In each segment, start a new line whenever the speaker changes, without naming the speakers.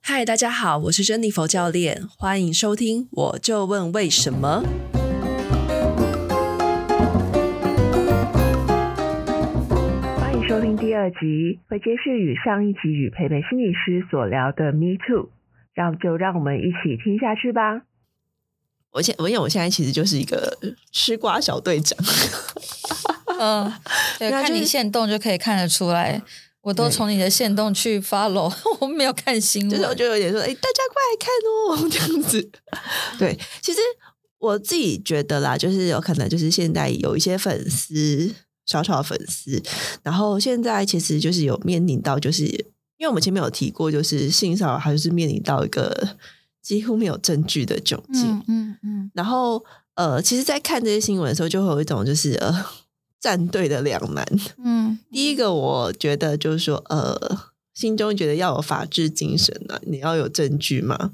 嗨，大家好，我是珍妮佛教练，欢迎收听《我就问为什么》。
欢迎收听第二集，会接续与上一集与培培心理师所聊的 Me Too，让就让我们一起听下去吧。
我现我因为我现在其实就是一个吃瓜小队长，
嗯，对，
那
看
啊就
你
是
线动就可以看得出来，我都
对
从你的线动去 follow，我 没有看新
就是我
闻。
就有点说，哎、大家快来看哦，这 样子。对，其实我自己觉得啦，就是有可能就是现在有一些粉丝，小小的粉丝，然后现在其实就是有面临到，就是因为我们前面有提过，就是性骚扰，它就是面临到一个几乎没有证据的窘境。
嗯嗯嗯，
然后呃，其实，在看这些新闻的时候，就会有一种就是呃 站队的两难。
嗯，
第一个，我觉得就是说，呃，心中觉得要有法治精神啊，你要有证据嘛。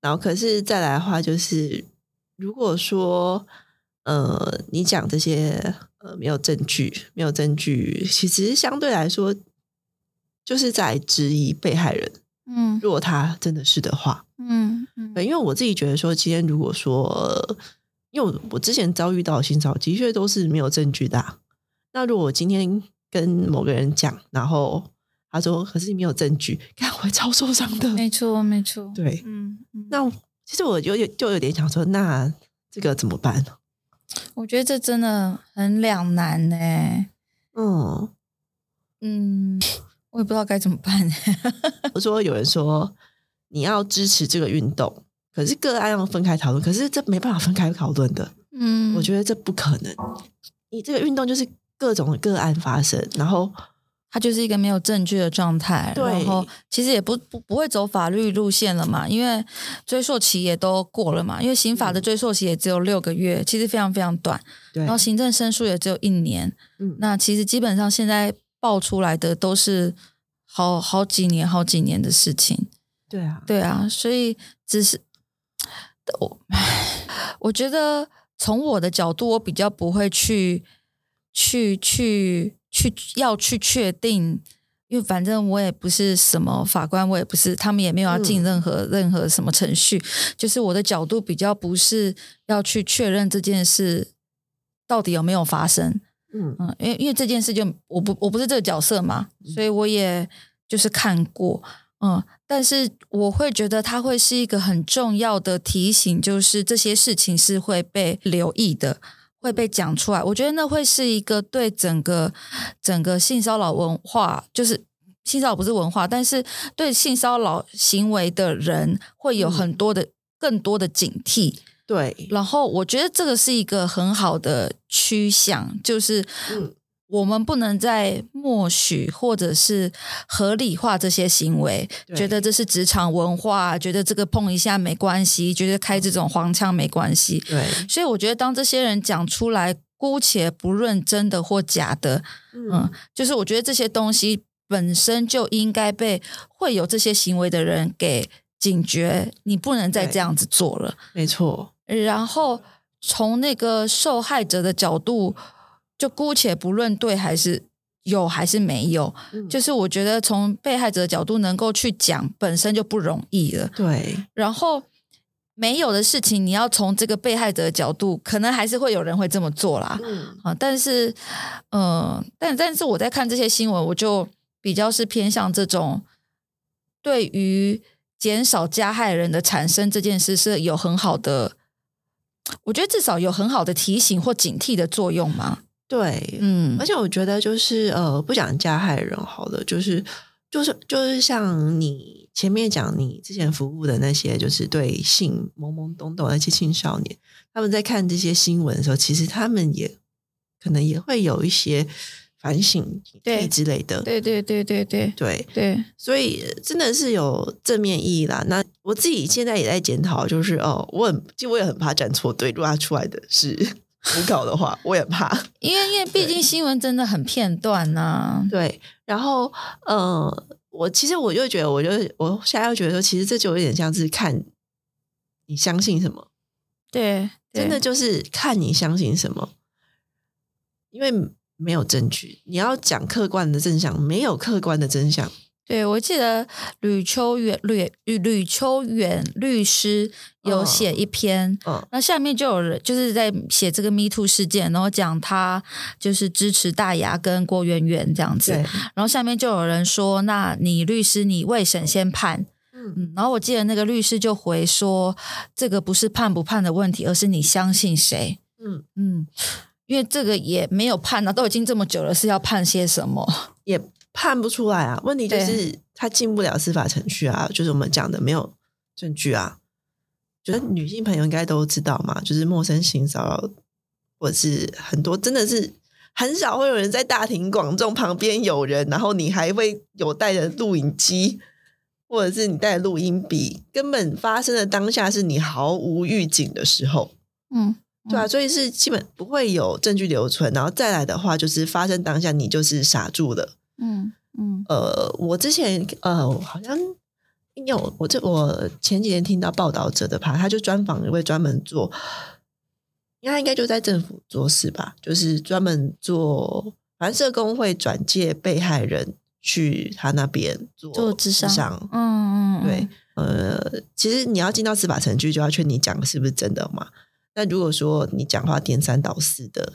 然后，可是再来的话，就是如果说，呃，你讲这些呃没有证据，没有证据，其实相对来说，就是在质疑被害人。
嗯
如果他真的是的话，
嗯嗯
对，因为我自己觉得说，今天如果说，呃因为我我之前遭遇到的性骚扰，的确都是没有证据的啊、那如果我今天跟某个人讲，然后他说，可是你没有证据，看我会超受伤的。
没错没错。
对，
嗯，嗯
那其实我有点就有点想说，那这个怎么办？
我觉得这真的很两难呢、
嗯，
嗯，我也不知道该怎么 办、
我说有人说你要支持这个运动，可是个案要分开讨论，可是这没办法分开讨论的。
嗯，
我觉得这不可能。你这个运动就是各种的个案发生，然后
他就是一个没有证据的状态，
对
然后其实也不不不会走法律路线了嘛，因为追溯期也都过了嘛，因为刑法的
嗯
追溯期也只有六个月，其实非常非常短，
对
然后行政申诉也只有一年，
嗯
那其实基本上现在爆出来的都是好好几年、好几年的事情，
对啊，
对啊，所以只是我，我觉得从我的角度，我比较不会去去去去要去确定，因为反正我也不是什么法官，我也不是，他们也没有要
嗯
进任何、任何什么程序，就是我的角度比较不是要去确认这件事到底有没有发生，
嗯
嗯，因为因为这件事就我不我不是这个角色嘛，所以我也就是看过，嗯，但是我会觉得它会是一个很重要的提醒，就是这些事情是会被留意的，会被讲出来。我觉得那会是一个对整个整个性骚扰文化，就是性骚扰不是文化，但是对性骚扰行为的人会有很多的、更多的警惕。
对，
然后我觉得这个是一个很好的趋向，就是
嗯
我们不能再默许或者是合理化这些行为，
对
觉得这是职场文化，觉得这个碰一下没关系，觉得开这种黄腔没关系。
对，
所以我觉得，当这些人讲出来，姑且不论真的或假的，嗯，就是我觉得这些东西本身就应该被会有这些行为的人给警觉，你不能再
对
这样子做了。
没错，
然后从那个受害者的角度，就姑且不论对还是有还是没有，
嗯
就是我觉得从被害者的角度能够去讲，本身就不容易了。
对，
然后没有的事情，你要从这个被害者的角度，可能还是会有人会这么做啦。
嗯
啊，但是，呃，但但是我在看这些新闻，我就比较是偏向这种对于减少加害人的产生这件事是有很好的，我觉得至少有很好的提醒或警惕的作用嘛。
对，
嗯
而且我觉得就是呃，不讲加害人好了，就是就是就是像你前面讲你之前服务的那些，就是对性懵懵懂懂的那些青少年，他们在看这些新闻的时候，其实他们也可能也会有一些反省
对
之类的，
对对对对对
对，
对，
所以呃真的是有正面意义啦。那我自己现在也在检讨，就是哦，我很其实我也很怕站错队，如果他出来的是 诬告的话，我也怕。
因为因为毕竟新闻真的很片段呐、
对，然后呃，我其实我就觉得，我就我现在又觉得说，其实这就有点像是看你相信什么，
对，
真的
对
就是看你相信什么，因为没有证据，你要讲客观的真相，没有客观的真相，
对，我记得吕秋远吕吕秋远律师有写一篇，
嗯
那下面就有人就是在写这个 Me Too 事件，然后讲他就是支持大牙跟郭媛媛这样子，
对，
然后下面就有人说，那你律师你未审先判。
嗯，
嗯，然后我记得那个律师就回说，这个不是判不判的问题，而是你相信谁。
嗯
嗯，因为这个也没有判啊，都已经这么久了，是要判些什么？
也判不出来啊。问题就是他进不了司法程序啊，就是我们讲的没有证据啊。觉得女性朋友应该都知道嘛，就是陌生性骚扰，或者是很多真的是很少会有人在大庭广众旁边有人，然后你还会有带着录影机，或者是你带着录音笔，根本发生的当下是你毫无预警的时候。
嗯，
对啊，所以是基本不会有证据留存，然后再来的话，就是发生当下你就是傻住了。
嗯嗯
呃，我之前呃，我好像有我这我前几天听到报道者的吧，他就专访一位专门做，应该应该就在政府做事吧，就是专门做，反正社工会转介被害人去他那边做
做
智
智商嗯嗯，
对，呃，其实你要进到司法程序，就要确定你讲的是不是真的嘛。那如果说你讲话颠三倒四的，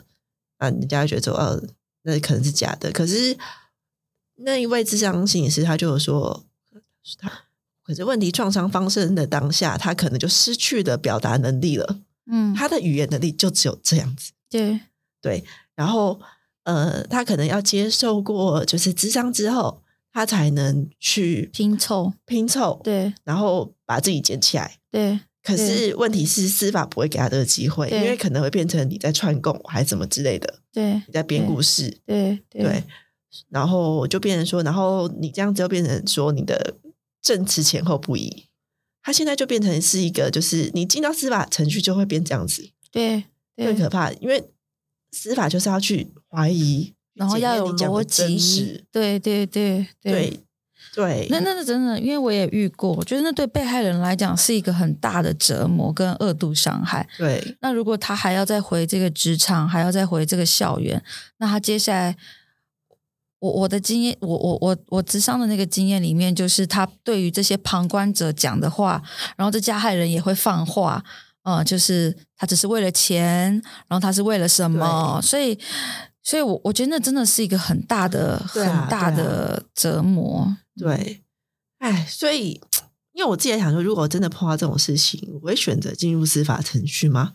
啊，人家会觉得说，呃，那可能是假的。可是那一位智商心理师他就有说，他可是问题创伤发生的当下，他可能就失去了表达能力了，
嗯，
他的语言能力就只有这样子。
对，
然后呃，他可能要接受过就是智商之后，他才能去
拼凑，
拼凑，
对
然后把自己捡起来。
对
可是问题是，司法不会给他这个机会，因
对
为可能会变成你在串供还是什么之类的，
对
你在编故事，
对
对。然后就变成说，然后你这样子就变成说你的证词前后不一。他现在就变成是一个，就是你进到司法程序就会变这样子，
对
更可怕。因为司法就是要去怀疑，
然后要有
检验你讲
逻
的真
辑
实，，
对对对
对对。
那那那真的，因为我也遇过，我觉得那对被害人来讲是一个很大的折磨跟恶度伤害。
对
那如果他还要再回这个职场，还要再回这个校园，那他接下来，我我的经验，我我我我智商的那个经验里面，就是他对于这些旁观者讲的话，然后这加害人也会放话，嗯，就是他只是为了钱，然后他是为了什么，所以。所以我，我觉得那真的是一个很大的、
对啊
很大
对啊
的折磨。
对，哎，所以因为我自己也想说，如果我真的碰到这种事情，我会选择进入司法程序吗？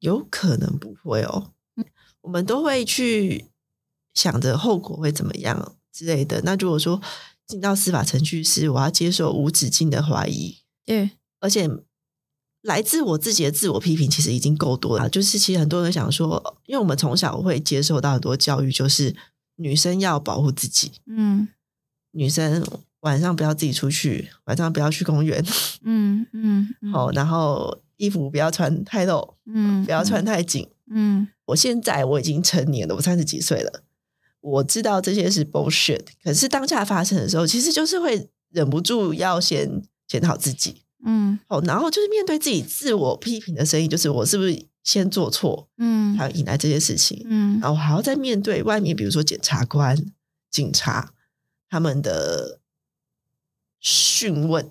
有可能不会哦。我们都会去想着后果会怎么样之类的。那如果说进到司法程序是我要接受无止境的怀疑，
对，
而且来自我自己的自我批评，其实已经够多了。就是其实很多人想说，因为我们从小会接受到很多教育，就是女生要保护自己，
嗯
女生晚上不要自己出去，晚上不要去公园，
嗯嗯，嗯
哦，，然后衣服不要穿太露，
嗯，
不要穿，太紧。
嗯
我现在我已经成年了，我三十几岁了，我知道这些是 bullshit，可是当下发生的时候，其实就是会忍不住要先检讨自己，
嗯
哦，然后就是面对自己自我批评的声音，就是我是不是先做错，
嗯
还有引来这些事情，
嗯
然后还要再面对外面，比如说检察官、警察他们的讯问，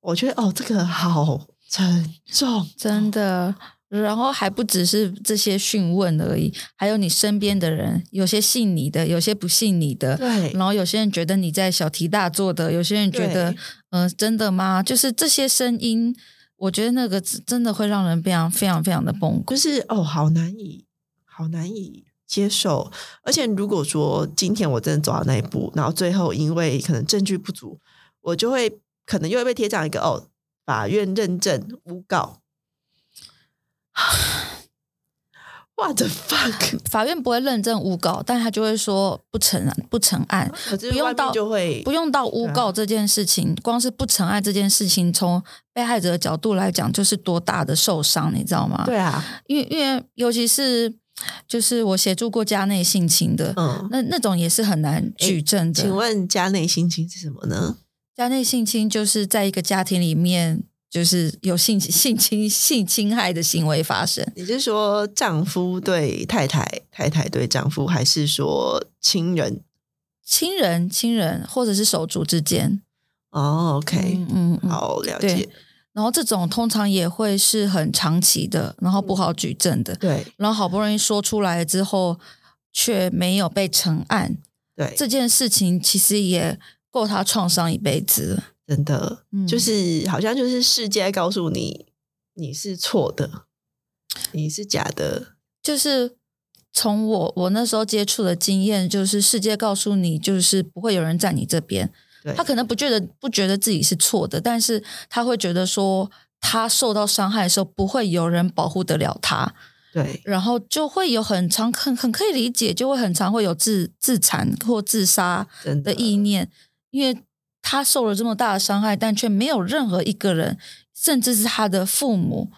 我觉得哦，这个好沉重，
真
哦
的。然后还不只是这些讯问而已，还有你身边的人，有些信你的，有些不信你的。
对
然后有些人觉得你在小题大做的，有些人觉得
对，
嗯、呃，真的吗？就是这些声音，我觉得那个真的会让人非常非常非常的崩溃。
就是哦，好难以，好难以接受。而且如果说今天我真的走到那一步，然后最后因为可能证据不足，我就会可能又会被贴上一个哦，法院认证诬告。What the fuck？
法院不会认证诬告，但他就会说不成不成案，
可是
不用
外面
到
就会
不用到诬
对啊
告这件事情，光是不成案这件事情，从被害者的角度来讲，就是多大的受伤，你知道吗？
对，啊，
因为因为尤其是就是我协助过家内性侵的，
嗯。
那那种也是很难举证的。
请问家内性侵是什么呢？
家内性侵就是在一个家庭里面，就是有性性侵性侵害的行为发生。
你是说丈夫对太太，太太对丈夫，还是说亲人？
亲人、亲人或者是手足之间。
哦，OK，
嗯嗯，嗯。
好了
对
解，
然后这种通常也会是很长期的，然后不
嗯
好举证的，
对
然后好不容易说出来之后，却没有被成案，
对，
这件事情其实也够他创伤一辈子了。
真的
嗯
就是好像就是世界告诉你你是错的，你是假的，
就是从我我那时候接触的经验，就是世界告诉你，就是不会有人站你这边。
对，
他可能不觉得不觉得自己是错的，但是他会觉得说，他受到伤害的时候，不会有人保护得了他，
对
然后就会有很常很很可以理解，就会很常会有自自残或自杀
真
的意念，因为他受了这么大的伤害，但却没有任何一个人，甚至是他的父母，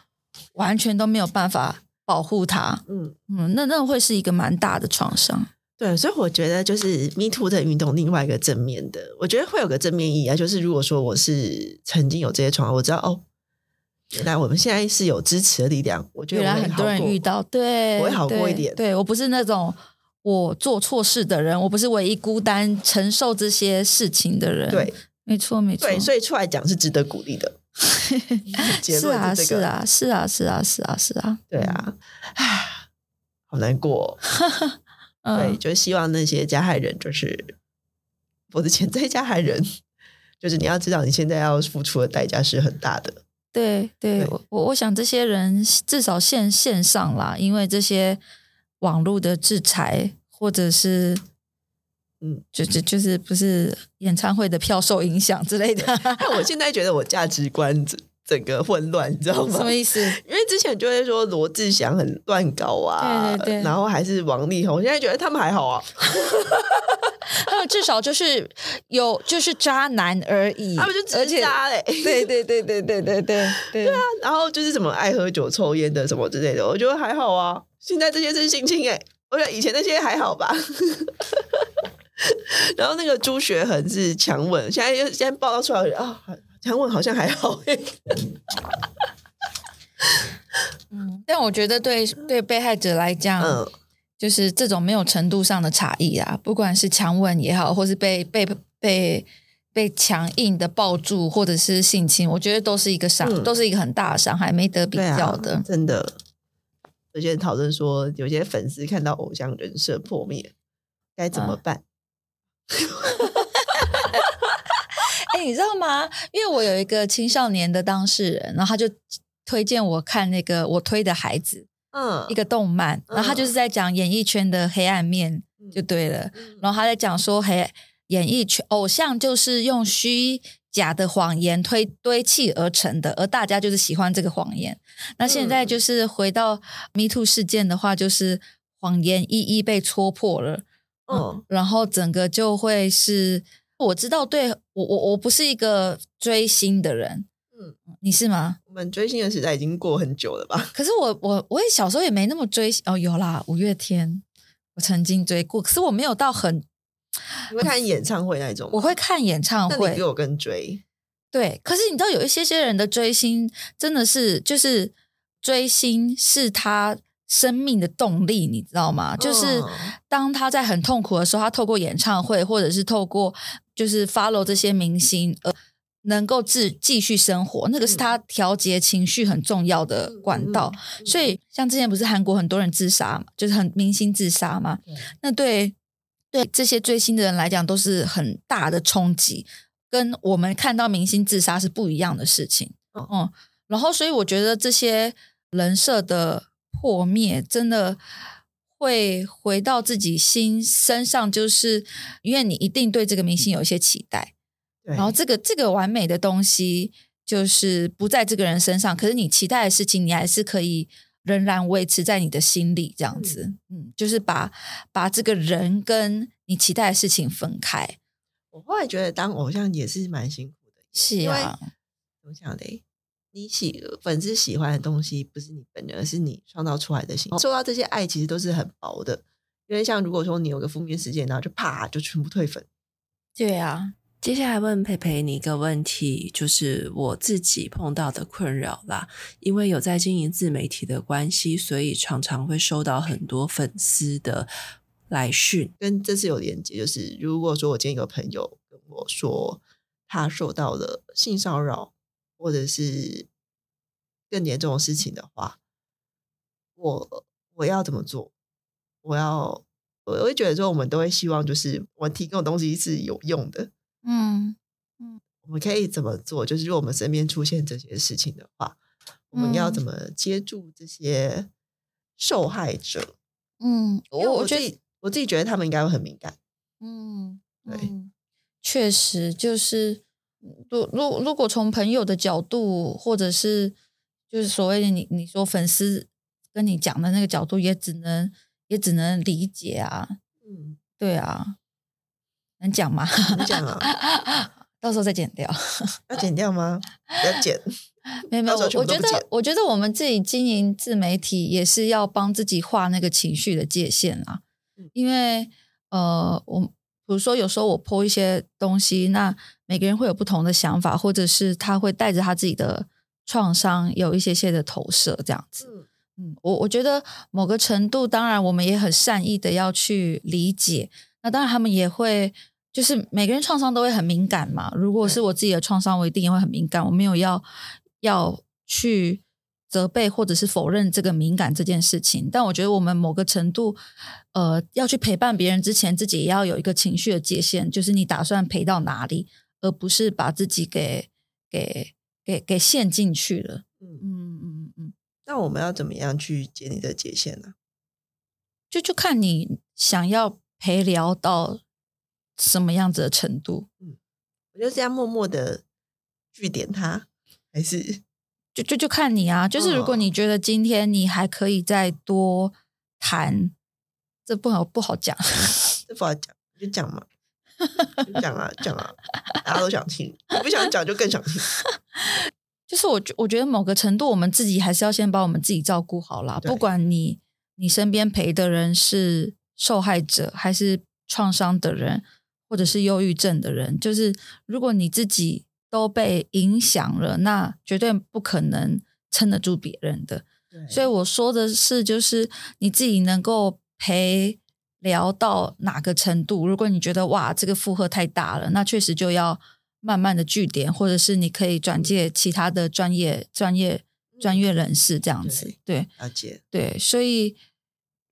完全都没有办法保护他。
嗯，
嗯，那那会是一个蛮大的创伤。
对，所以我觉得就是 Me Too 的运动另外一个正面的，我觉得会有个正面意义啊，就是如果说我是曾经有这些创伤，我知道哦，原来我们现在是有支持的力量，我觉得
原
我
来
会
很
好
多人
过
遇到，对，
我会好过一
对
点
对我不是那种我做错事的人，我不是唯一孤单承受这些事情的人。
对，
没错，没错。
对，所以出来讲是值得鼓励 的。结
是
论
啊，
这
是
个，
啊，是啊，是啊，是啊，是啊。
对啊，唉，好难过哦。对，
嗯，
就希望那些加害人，就是我的潜在加害人，就是你要知道，你现在要付出的代价是很大的。
对对
对
我我我想这些人至少线线上啦，因为这些网络的制裁或者是。
嗯，
就就就是不是演唱会的票受影响之类的，
但哎我现在觉得我价值观整整个混乱，你知道
什
吗
么？意思？
因为之前就会说罗志祥很乱搞啊，
对对对
然后还是王力宏，我现在觉得他们还好啊，
他们呃至少就是有就是渣男而已，
他们就
嗯而
直
且
渣嘞、
对对对对对对对对啊！
然后就是什么爱喝酒、抽烟的什么之类的，我觉得还好啊。现在这些是性侵哎、我觉得以前那些还好吧。 然后那个朱学恒是强吻，现在又现在报道出来我觉得啊，强吻好像还好哎、
嗯但我觉得对对被害者来讲，
嗯，
就是这种没有程度上的差异啊，不管是强吻也好，或是被被被被强硬的抱住，或者是性侵，我觉得都是一个伤，
嗯
都是一个很大的伤害，没得比
对
较
啊
的。，
真的。有些人讨论说，有些粉丝看到偶像人设破灭，该怎么
嗯
办？
哎、你知道吗？因为我有一个青少年的当事人，然后他就推荐我看那个我推的孩子，
嗯
一个动漫，
嗯
然后他就是在讲演艺圈的黑暗面
嗯
就对了。然后他在讲说，黑演艺圈偶像就是用虚假的谎言推堆砌而成的，而大家就是喜欢这个谎言。那现
嗯
在就是回到 Me Too 事件的话，就是谎言一一被戳破了。
嗯
然后整个就会是，我知道对我我我不是一个追星的人，嗯
嗯，
你是吗？
我们追星的时代已经过很久了 吧？
可是我我我也小时候也没那么追星哦，有啦，五月天，我曾经追过，可是我没有到很，
你会看演唱会那一种吗？
我会看演唱
那你比
会，
我更追。
对，可是你知道有一些些人的追星真的是就是追星是他。生命的动力，你知道吗？就是
嗯
当他在很痛苦的时候，他透过演唱会，或者是透过就是 follow 这些明星，呃，能够自继续生活，那个
嗯
是他调节情绪很重要的管道。所以，像之前不是韩国很多人自杀嘛，就是很明星自杀嘛，那对对这些追星的人来讲都是很大的冲击，跟我们看到明星自杀是不一样的事情。嗯，然后所以我觉得这些人设的破灭，真的会回到自己心身上，就是因为你一定对这个明星有一些期待，
对，
然后这个这个完美的东西就是不在这个人身上，可是你期待的事情，你还是可以仍然维持在你的心里，这样子，嗯，就是把把这个人跟你期待的事情分开，
我后来觉得当偶像也是蛮辛苦的，
是
因为
啊，
怎么讲嘞？你喜粉丝喜欢的东西不是你本人，而是你创造出来的
哦
心。受到这些爱其实都是很薄的，因为像如果说你有个负面事件，然后就啪就全部退粉，
对啊，
接下来问培培你一个问题，就是我自己碰到的困扰啦。因为有在经营自媒体的关系，所以常常会收到很多粉丝的来训。
跟这次有连接，就是如果说我今天有个朋友跟我说他受到了性骚扰，或者是更严重的事情的话，我我要怎么做？我要我我会觉得说，我们都会希望就是我们提供的东西是有用的，
嗯
我们可以怎么做？就是如果我们身边出现这些事情的话，我们要怎么接住这些受害者？
嗯，
因为
我我
自
觉得
己我自己觉得他们应该会很敏感。
嗯，
对
嗯，确实就是，如如如果从朋友的角度，或者是就是所谓的你你说粉丝跟你讲的那个角度，也只能也只能理解啊，
嗯，
对啊，能讲吗？
你讲啊，
到时候再剪掉。
要剪掉吗？要 剪。
没有没
到
有，
时候
我我
全
觉
部都不
得我觉得我们自己经营自媒体也是要帮自己画那个情绪的界限啦
嗯，
因为呃，我比如说有时候我 po 一些东西，那每个人会有不同的想法，或者是他会带着他自己的创伤有一些些的投射这样子。
嗯
嗯，我我觉得某个程度，当然我们也很善意的要去理解。那当然，他们也会，就是每个人创伤都会很敏感嘛。如果是我自己的创伤，我一定也会很敏感。我没有要要去责备或者是否认这个敏感这件事情，但我觉得我们某个程度，呃，要去陪伴别人之前，自己也要有一个情绪的界限，就是你打算陪到哪里，而不是把自己给给给给陷进去了。
嗯，
嗯嗯嗯嗯。
那我们要怎么样去解你的界限呢、
就就看你想要陪聊到什么样子的程度，
我就是要默默的据点他，还是
就就就看你啊。就是如果
嗯
你觉得今天你还可以再多谈，这不好不好讲。
这不好讲，就讲嘛，就讲啊，讲啊，大家都想听，我不想讲就更想 听。
就是我觉我觉得某个程度，我们自己还是要先把我们自己照顾好啦。
对
不管你你身边陪的人是受害者，还是创伤的人，或者是忧郁症的人，就是如果你自己都被影响了，那绝对不可能撑得住别人的。所以我说的是，就是你自己能够陪聊到哪个程度。如果你觉得哇，这个负荷太大了，那确实就要慢慢的据点，或者是你可以转介其他的专业、专业、专业人士这样子。对
了解，
对，所以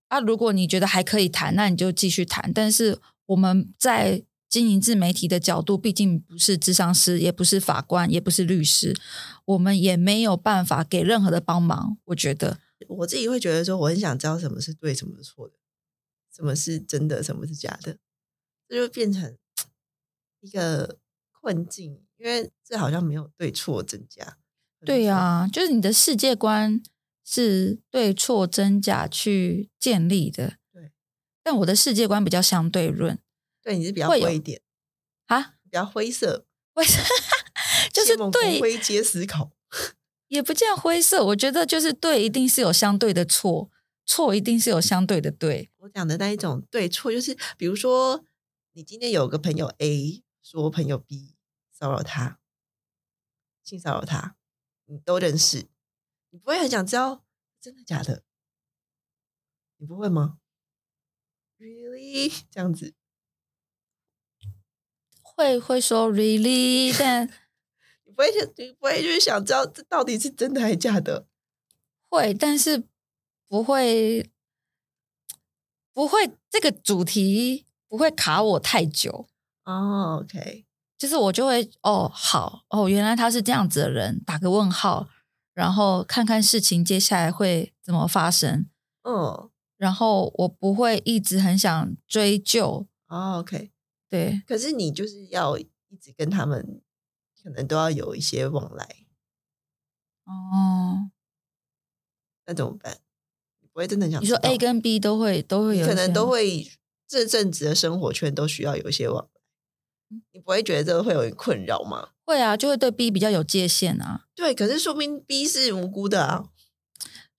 啊，如果你觉得还可以谈，那你就继续谈。但是我们在经营自媒体的角度，毕竟不是智商师，也不是法官，也不是律师，我们也没有办法给任何的帮忙。我觉得。
我自己会觉得说，我很想知道什么是对，什么是错的，什么是真的，什么是假的，这就变成一个困境，因为这好像没有对错真假。
对啊呀、，就是你的世界观是对错真假去建立的。
对，
但我的世界观比较相对论
对你是比较
会有
灰一点，
啊，
比较灰色，
为什就是
谢孟
对
公灰阶思考。
也不见灰色。我觉得就是对，一定是有相对的错，错一定是有相对的对。
我讲的那一种对错，就是比如说，你今天有个朋友 A 说朋友 B 骚扰他，性骚扰他，你都认识，你不会很想知道真的假的，你不会吗？Really 这样子，
会会说 really，但
你不会想，你不会就是想知道这到底是真的还是假的？
会，但是不会不会这个主题不会卡我太久。
哦、o k
就是我就会哦，好哦，原来他是这样子的人，打个问号，然后看看事情接下来会怎么发生，
嗯，哦、
然后我不会一直很想追究，
o k
对
哦可是你就是要一直跟他们，可能都要有一些往来。
哦，
那怎么办？你不会真的想
你说
知道
A 跟 B 都会都会
你
有一些，
可能都会这阵子的生活圈都需要有一些往来，
嗯
你不会觉得这个会有点困扰吗？
会啊，就会对 B 比较有界限啊，
对，可是说明 B 是无辜的啊。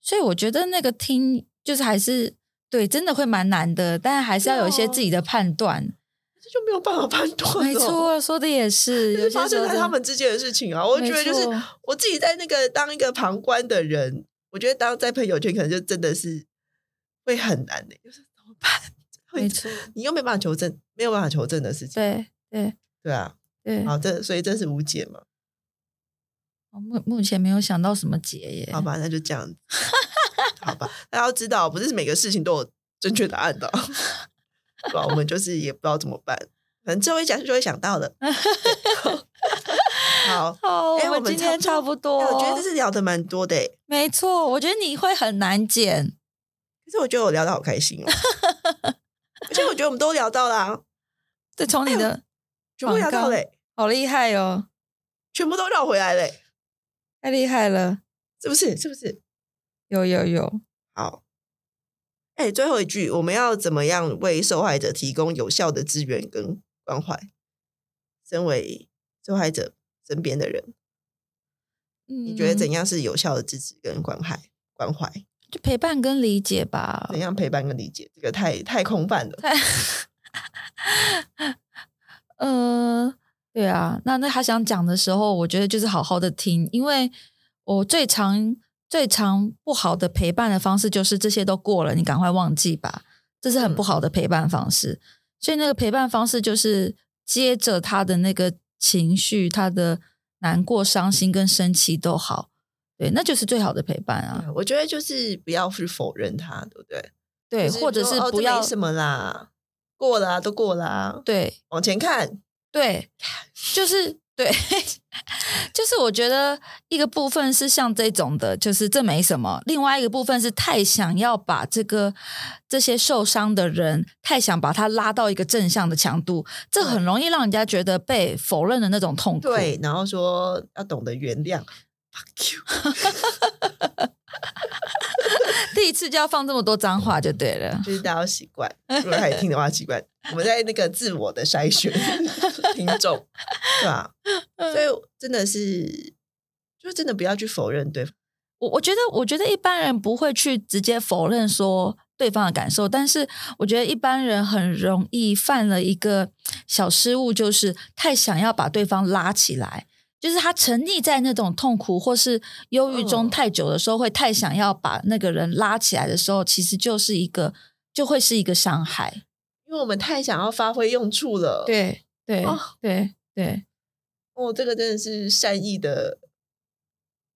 所以我觉得那个听就是还是对，真的会蛮难的，但还是要有一些
啊
自己的判断，
这就没有办法判断了。
没错，说的 也是，
这
有
是
些
哦发
时
生
候
在
真
他
的
们之间的事情啊。我觉得就是
没错
我自己在那个当一个旁观的欸人，我觉得当在朋友圈可能就真的是会很难的、就是怎么办？
没错，
你又没办法求证，没有办法求证的事情，
对对
对啊，
对。
好，这所以这是无解嘛？
我哦目目前没有想到什么结耶。
好吧，那就这样，好吧，大家要知道，不是每个事情都有正确答案的， 对啊吧？我们就是也不知道怎么办，反正最后一讲就会想到的。对 好，
哦，
哎我
我
们
们今天
差
差
不
不多，哦
哎我觉得这是聊的蛮多的、欸，
没错。我觉得你会很难剪，
可是我觉得我聊的好开心哦，而且我觉得我们都聊到啦、
对，从你
哎
的
全部聊到嘞、
好厉害哦，
全部都绕回来嘞、
太厉害了，
是不是？是不是？
有有有，
好，哎、最后一句，我们要怎么样为受害者提供有效的资源跟关怀？身为受害者身边的人，
你
你觉得怎
样？
样是有效的支持跟关怀？关怀
嗯就陪伴跟理解吧
怎。样陪伴跟理解？这个太太空泛了。
呃，对啊，那那他想讲的时候，我觉得就是好好的听，因为我最常最常不好的陪伴的方式就是这些都过了，你赶快忘记吧，这是很
嗯
不好的陪伴方式。所以那个陪伴方式就是接着他的那个情绪，他的难过、伤心跟生气都好，对，那就是最好的陪伴啊。
对我觉得就是不要去否认它，对不对？
对，
就是
或者
说
是
哦
不
这
要、
没什么啦，过了啊，都过了啊，
对
往前看。
对，就是对， 就是我觉得一个部分是像这种的，就是这没什么；另外一个部分是太想要把这个这些受伤的人，太想把他拉到一个正向的强度，这
对
很容易让人家觉得被否认的那种痛苦。
对，然后说要懂得原谅。Fuck you！
第一次就要放这么多脏话就对了。
就是大家要习 惯，如果还听的话习惯。我们在那个自我的筛 选听众，对吧、
嗯
所以真的是，就真的不要去否认对方。
我我觉得，我觉得一般人不会去直接否认说对方的感受，但是我觉得一般人很容易犯了一个小失误，就是太想要把对方拉起来，就是他沉溺在那种痛苦或是忧郁中
嗯
太久的时候，会太想要把那个人拉起来的时候，其实就是一个就会是一个伤害。
因为我们太想要发挥用处了。，
对对
哦
对对
哦，这个真的是善意的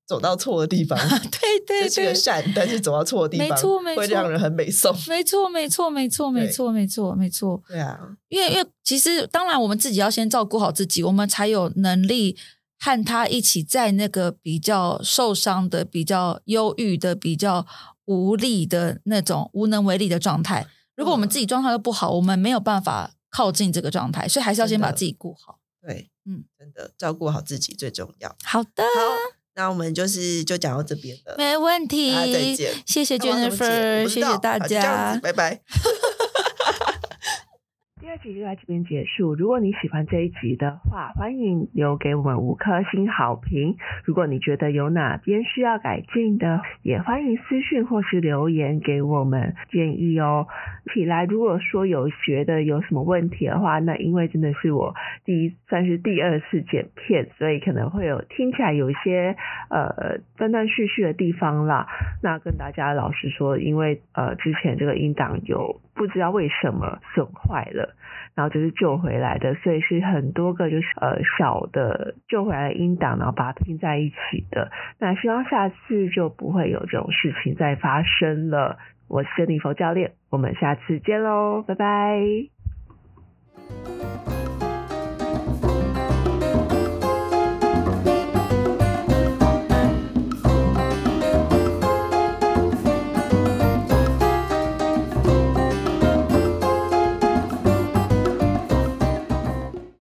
走到错的地方，
对
这
对
是个
对，
善，但是走到错的地
没
方，
错没
会
错
让人很美 颂。
没错没错没错没
对
错没错没错。
对啊，
因为因为其实当然我们自己要先照顾好自己，我们才有能力和他一起在那个比较受伤的、比较忧郁的、比较无力的那种无能为力的状态。如
嗯
果我们自己状态都不好，我们没有办法靠近这个状态，所以还是要先把自己顾好。
对，嗯
嗯，啊
真的照顾好自己最重要。
好的，
好，那我们就是就讲到这边了。
没问题
大家啊再见。
谢谢
那我要怎么剪我
Jennifer，
不知
谢
道啊
谢大
好就这样子
家。
拜拜。
第二集就到这边结束。如果你喜欢这一集的话，欢迎留给我们五颗星好评。如果你觉得有哪边需要改进的，也欢迎私讯或是留言给我们建议哦。起来，如果说有觉得有什么问题的话，那因为真的是我第一算是第二次剪片，所以可能会有听起来有一些呃断断续续的地方啦。那跟大家老实说，因为呃之前这个音档有不知道为什么损坏了。然后就是救回来的，所以是很多个就是呃小的救回来的音档，然后把它拼在一起的。那希望下次就不会有这种事情再发生了。我是珍妮佛教练，我们下次见喽，拜拜。